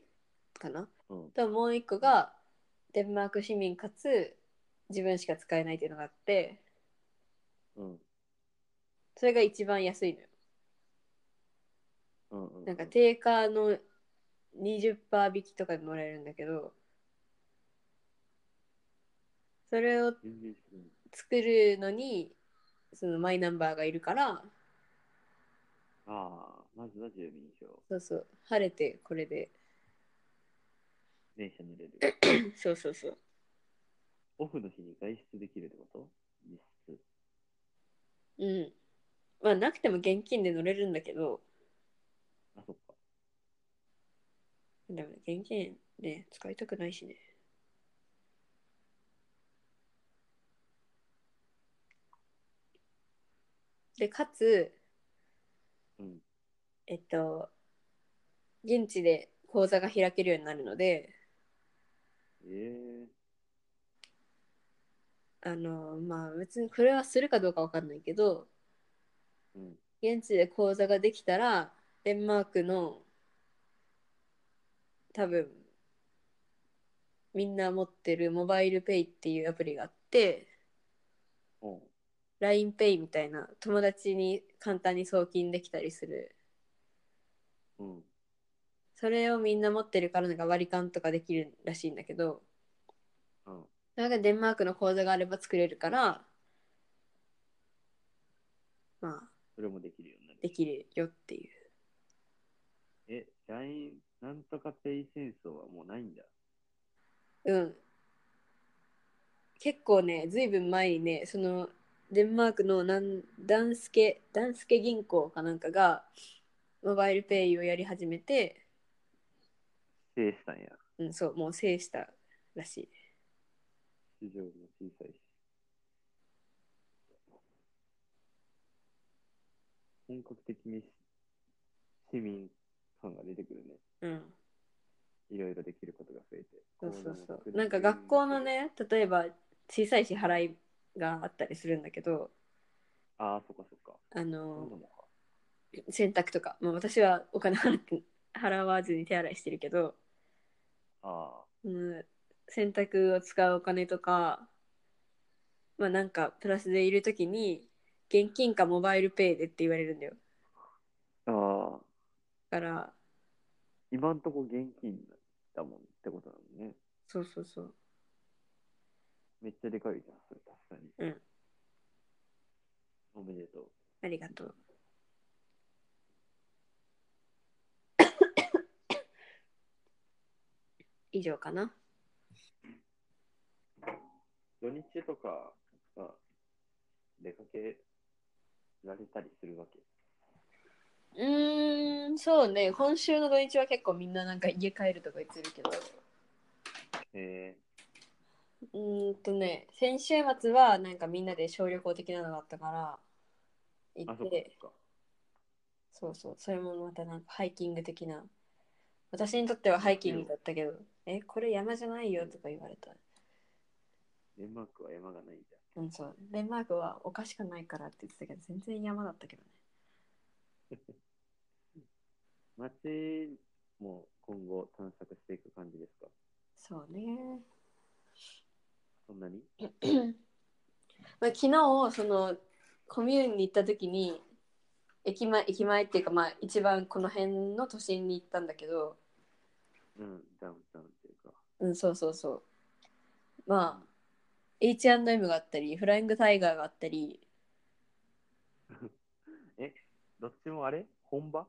Speaker 2: かな
Speaker 1: うん、
Speaker 2: ともう一個がデンマーク市民かつ自分しか使えないっていうのがあって
Speaker 1: うん、
Speaker 2: それが一番安いのよ
Speaker 1: うん、うん。
Speaker 2: なんか定価の20%引きとかでもらえるんだけどそれを
Speaker 1: 全然違う
Speaker 2: 作るのにそのマイナンバーがいるから
Speaker 1: ああ、まずは住民票。
Speaker 2: そうそう晴れてこれで
Speaker 1: 電車乗れ る。
Speaker 2: そうそうそう
Speaker 1: オフの日に外出できるってこと実質。
Speaker 2: うんまあなくても現金で乗れるんだけど
Speaker 1: あ、そっか。
Speaker 2: でも現金ね使いたくないしねでかつ
Speaker 1: うん。
Speaker 2: えっと現地で口座が開けるようになるので
Speaker 1: ええ
Speaker 2: あのまあ別にこれはするかどうかわかんないけど
Speaker 1: うん。
Speaker 2: 現地で口座ができたらデンマークの多分みんな持ってるモバイルペイっていうアプリがあって
Speaker 1: おう
Speaker 2: LINEPay みたいな友達に簡単に送金できたりする
Speaker 1: うん。
Speaker 2: それをみんな持ってるからなんか割り勘とかできるらしいんだけど
Speaker 1: うん。
Speaker 2: それがデンマークの口座があれば作れるからまあ
Speaker 1: それもできるようになる。
Speaker 2: できるよっていう
Speaker 1: え、LINE、なんとかペイ戦争はもうないんだ。
Speaker 2: うん。結構ね、ずいぶん前にね、そのデンマークのなんダンスケ、ダンスケ銀行かなんかが、モバイルペイをやり始めて、
Speaker 1: 制したんや。
Speaker 2: うん、そう、もう制したらしい。
Speaker 1: 市場も小さいし。本格的に市民感が出てくるね。
Speaker 2: うん、
Speaker 1: いろいろできることが増えて。
Speaker 2: そうそうそ
Speaker 1: 口座も作
Speaker 2: う。
Speaker 1: れる
Speaker 2: なんか学校の。ね、例えば小さい支払いがあったりするんだけど、
Speaker 1: ああ、そっかそっか。
Speaker 2: あ
Speaker 1: そうな
Speaker 2: の、
Speaker 1: のか。
Speaker 2: 洗濯とか、まあ私はお金払って払わずに手洗いしてるけど、
Speaker 1: ああ。
Speaker 2: うん、洗濯を使うお金とか、まあなんかプラスでいるときに、現金かモバイルペイでって言われるんだよ。
Speaker 1: ああ。
Speaker 2: だから、
Speaker 1: 今んとこ現金だもんってことなのね。
Speaker 2: そうそうそう。
Speaker 1: めっちゃでかいじゃん、それ確かに。
Speaker 2: うん。
Speaker 1: おめでとう。
Speaker 2: ありがとう。 以上かな。
Speaker 1: 土日とかは出かけられたりするわけ。
Speaker 2: うーん、そうね。今週の土日は結構みんななんか家帰るとか言ってるけど。
Speaker 1: え
Speaker 2: うーんとね、先週末はなんかみんなで小旅行的なのがあったから、行
Speaker 1: あ、
Speaker 2: っ
Speaker 1: そっか
Speaker 2: て、
Speaker 1: そっか。
Speaker 2: そうそう、それもまたなんかハイキング的な。私にとってはハイキングだったけど、え、これ山じゃないよとか言われた。
Speaker 1: デンマークは山がないんだ。
Speaker 2: うん、そう。デンマークは丘しかないからって言ってたけど、全然山だったけどね。
Speaker 1: 街も今後探索していく感じですか
Speaker 2: そうね。
Speaker 1: そんなに
Speaker 2: まあ、昨日、その、コミューンに行った時に、駅前、駅前っていうか、まあ、一番この辺の都心に行ったんだけど、
Speaker 1: うん、ダウンタウンっていうか。
Speaker 2: うん、そうそうそう。まあ、H&M があったり、フライングタイガーがあったり、
Speaker 1: どっちもあれ本場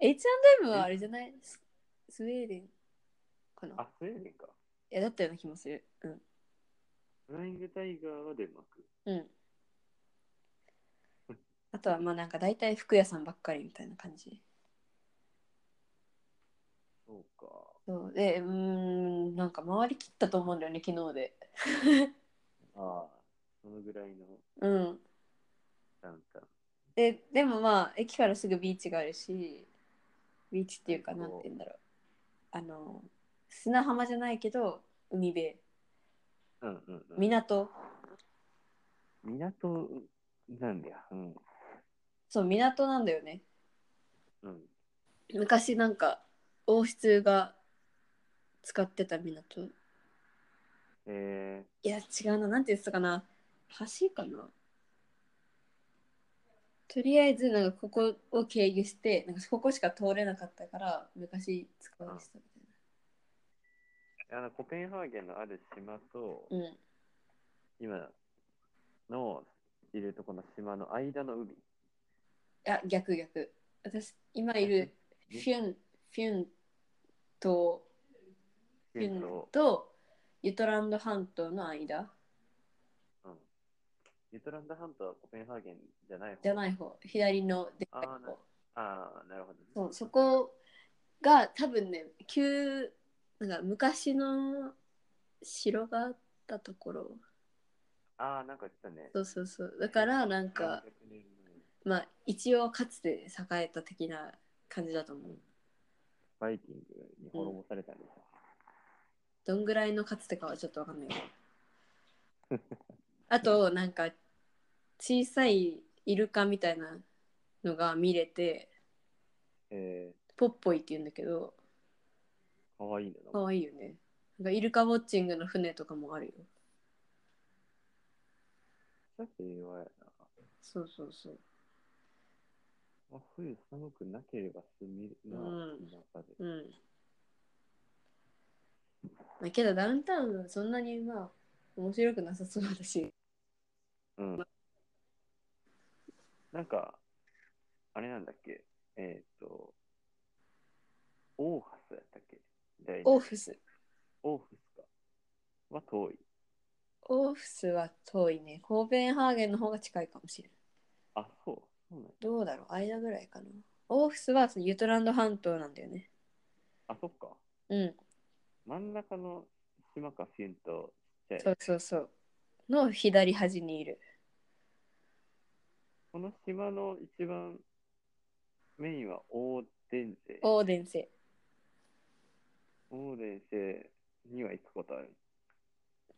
Speaker 2: H&M はあれじゃないススウェーデンかな
Speaker 1: あ、スウェーデンか。
Speaker 2: いや、だったような気もする。うん。
Speaker 1: フライングタイガーはデンマーク。
Speaker 2: うん。あとはまあなんか大体服屋さんばっかりみたいな感じ
Speaker 1: そうか。
Speaker 2: そうでうーんなんか回りきったと思うんだよね昨日で
Speaker 1: ああ、そのぐらいの
Speaker 2: うん
Speaker 1: ダウンタウン。
Speaker 2: ででもまあ駅からすぐビーチがあるしビーチっていうか
Speaker 1: 最
Speaker 2: な
Speaker 1: 高
Speaker 2: んて言うんだろうあの砂浜じゃないけど海辺
Speaker 1: うんうん、うん。
Speaker 2: 港
Speaker 1: 港なんだよ。うん。
Speaker 2: そう港なんだよね
Speaker 1: うん。
Speaker 2: 昔なんか王室が使ってた港
Speaker 1: え
Speaker 2: いや違うななんて言ってたかな橋かなとりあえずなんかここを経由してなんかここしか通れなかったから昔使われてたみ
Speaker 1: ー、あのコペンハーゲンのある島と、
Speaker 2: たいなうん
Speaker 1: 今のいるとこの島の間の海。
Speaker 2: あ逆逆私今いるフィュンフィュンとフィュンとユトランド半島の間
Speaker 1: うん。ユトランド半島はコペンハーゲンじゃない方
Speaker 2: じゃない方左のでっかい
Speaker 1: あーな
Speaker 2: 方
Speaker 1: ああ、なるほどね。
Speaker 2: そうそこが多分ね旧なんか昔の城があったところ
Speaker 1: ああ、なんか言ってたね。
Speaker 2: そうそうそうだからなん
Speaker 1: 300
Speaker 2: か
Speaker 1: 年前
Speaker 2: まあ一応かつて栄えた的な感じだと思う
Speaker 1: バイキングに滅ぼされたんですよ。
Speaker 2: どんぐらいのかつてかはちょっとわかんないけどあとなんか小さいイルカみたいなのが見れて
Speaker 1: え
Speaker 2: ポッポイって言うんだけど
Speaker 1: ー、かわいいんだな。
Speaker 2: かわいいよねなんかイルカウォッチングの船とかもあるよ
Speaker 1: さっき言われたな。
Speaker 2: そうそうそう
Speaker 1: まあ、冬寒くなければ住みるな、
Speaker 2: うん
Speaker 1: 中で。
Speaker 2: うん。まあ、けどダウンタウンはそんなにまあ面白くなさそうだし。
Speaker 1: うん。なんか、あれなんだっけえっ、と、オーハスやったっけ第二
Speaker 2: オーフス。
Speaker 1: オーフスか。は遠い。
Speaker 2: オーフスは遠いね。コーペンハーゲンの方が近いかもしれない。
Speaker 1: あ、そう。そうなんや
Speaker 2: どうだろう間ぐらいかな。オーフスはそのユトランド半島なんだよね。
Speaker 1: あ、そっか。
Speaker 2: うん。
Speaker 1: 真ん中の島かフィンとちっち
Speaker 2: そう
Speaker 1: ゃい。
Speaker 2: そうそう。の左端にいる。
Speaker 1: この島の一番メインはオーデンセ。
Speaker 2: オーデンセ。
Speaker 1: オーデンセには行くことある。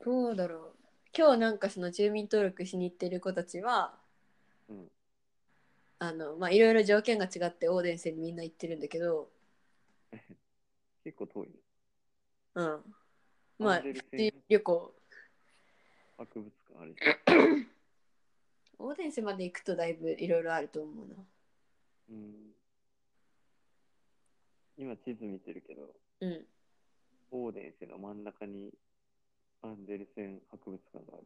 Speaker 2: どうだろう今日なんかその住民登録しに行ってる子たちは、
Speaker 1: うん
Speaker 2: あのまあいろいろ条件が違ってオーデンセにみんな行ってるんだけど、
Speaker 1: 結構遠いね。
Speaker 2: うん、ま
Speaker 1: ア
Speaker 2: あ
Speaker 1: ンデルセン
Speaker 2: 旅行
Speaker 1: 博物館あるし。
Speaker 2: オーデンセまで行くとだいぶいろいろあると思うな
Speaker 1: うん今地図見てるけど、
Speaker 2: うん
Speaker 1: オーデンセの真ん中にアンデルセン博物館がある。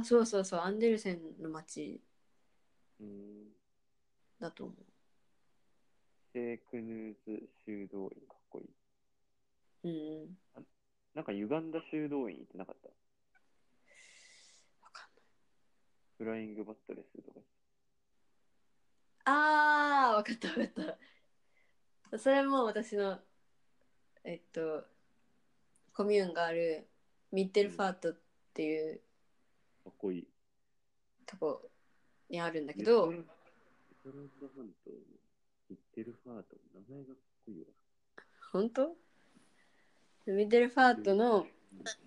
Speaker 2: あそうそうそうアンデルセンの町
Speaker 1: うん。
Speaker 2: だと思
Speaker 1: シェークヌーズ修道院かっこい
Speaker 2: うう
Speaker 1: い。
Speaker 2: んうん
Speaker 1: なんか歪んだ修道院行ってなかった。
Speaker 2: わかんない
Speaker 1: フライングバットレスとか。
Speaker 2: あーわかったわかったそれも私のえっとコミューンがあるミッテルファートっていう
Speaker 1: かっこいい。
Speaker 2: とこにあるんだけ
Speaker 1: ユ
Speaker 2: ど
Speaker 1: トランド半島のヒッテルファート、名前がかっこいいわ。
Speaker 2: 本当ミッテルファートの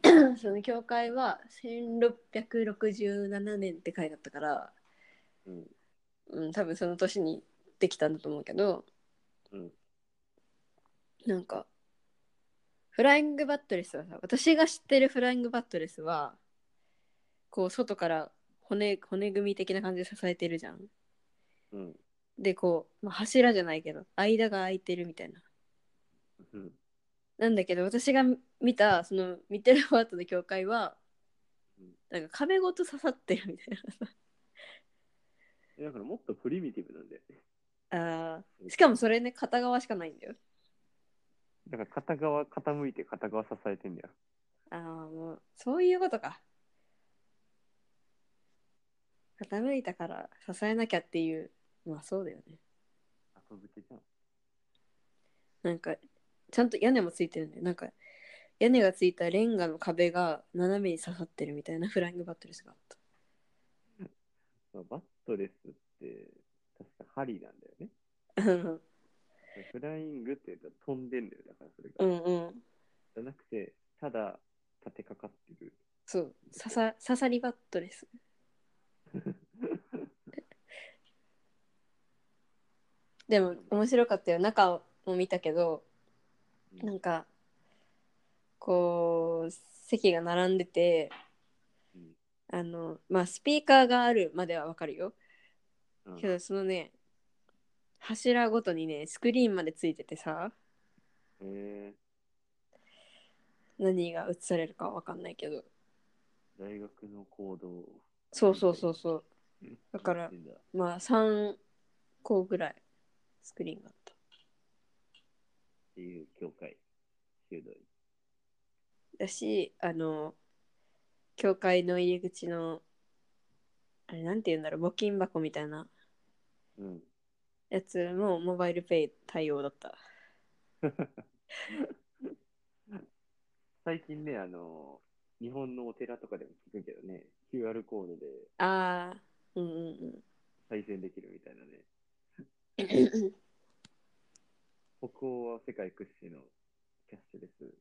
Speaker 1: うん
Speaker 2: その教会は1667年って書いてあったから、
Speaker 1: うん。
Speaker 2: うん、多分その年にできたんだと思うけど、
Speaker 1: うん
Speaker 2: なんかフライングバットレスはさ私が知ってるフライングバットレスはこう外から骨骨組み的な感じで支えてるじゃん。
Speaker 1: うん。
Speaker 2: でこう、まあ、柱じゃないけど間が空いてるみたいな。
Speaker 1: うん。
Speaker 2: なんだけど私が見たそのミッテルファートの教会は
Speaker 1: うん
Speaker 2: なんか壁ごと刺さってるみたいな。
Speaker 1: えだからもっとプリミティブなんだよね。
Speaker 2: あーしかもそれね片側しかないんだよ
Speaker 1: だから片側傾いて片側支えてんだよ。
Speaker 2: ああもうそういうことか傾いたから支えなきゃっていうまあそうだよね
Speaker 1: 後付けじゃん。
Speaker 2: なんかちゃんと屋根もついてるんでなんか屋根がついたレンガの壁が斜めに刺さってるみたいなフライングバットレスがあった
Speaker 1: まあ、バットレスって、確か針なんだよね。
Speaker 2: うん
Speaker 1: フライングって言うと飛んでんだよ、だからそれが。
Speaker 2: うんうん
Speaker 1: じゃなくて、ただ立てかかってる。
Speaker 2: そう刺さ刺さりバットレスでも面白かったよ中も見たけどなんかこう席が並んでて
Speaker 1: うん
Speaker 2: あのまあスピーカーがあるまではわかるよ
Speaker 1: うん
Speaker 2: けどそのね柱ごとにねスクリーンまでついててさ
Speaker 1: え
Speaker 2: 何が映されるかわかんないけど
Speaker 1: ー、大学の行動。
Speaker 2: そうそうそうそうだから
Speaker 1: うんだ
Speaker 2: まあ3個ぐらいスクリーンがあった
Speaker 1: っていう教会、修道院。
Speaker 2: だしあの教会の入り口のあれなんて言うんだろう募金箱みたいな
Speaker 1: うん。
Speaker 2: やつもモバイルペイ対応だった
Speaker 1: 最近ね、あの、日本のお寺とかでも聞くけどね、QR コードで
Speaker 2: ああうんうん
Speaker 1: 再生できるみたいな ね、
Speaker 2: うん
Speaker 1: 北欧は世界屈指のキャッシュレス。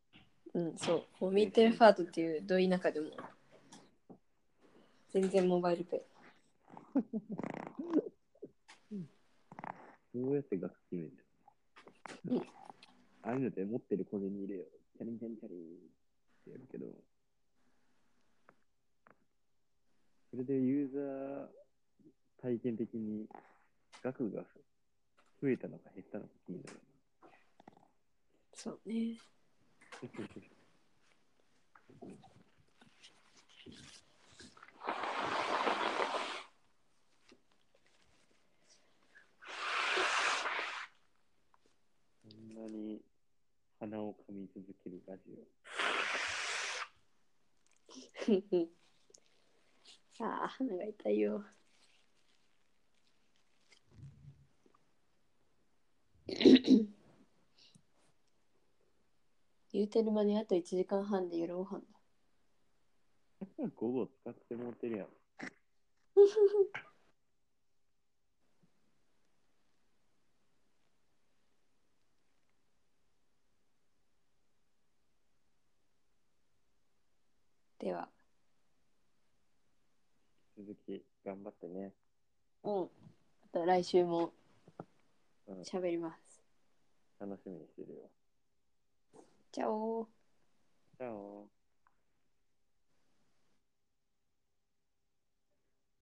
Speaker 2: うん、そう。こうミーテルファートっていうど田舎でも、全然モバイルペイ。
Speaker 1: どうやって額決める
Speaker 2: うん
Speaker 1: のああいうのって持ってる小銭入れよ。チャリンチャリンチャリンってやるけど、それでユーザー体験的に額が増えたのか減ったのか気になる。
Speaker 2: そうね。
Speaker 1: そんなに鼻を噛み続けるラジ
Speaker 2: ああ、鼻が痛いよ。言うてる間にあと1時間半で夜ご飯だ。
Speaker 1: オ。 午後使ってもうてるやん。
Speaker 2: では、
Speaker 1: 続き頑張ってね。
Speaker 2: うん。あと来週も
Speaker 1: うん、
Speaker 2: 喋ります。
Speaker 1: 楽しみにしてるよ。
Speaker 2: チャオ
Speaker 1: チャオ。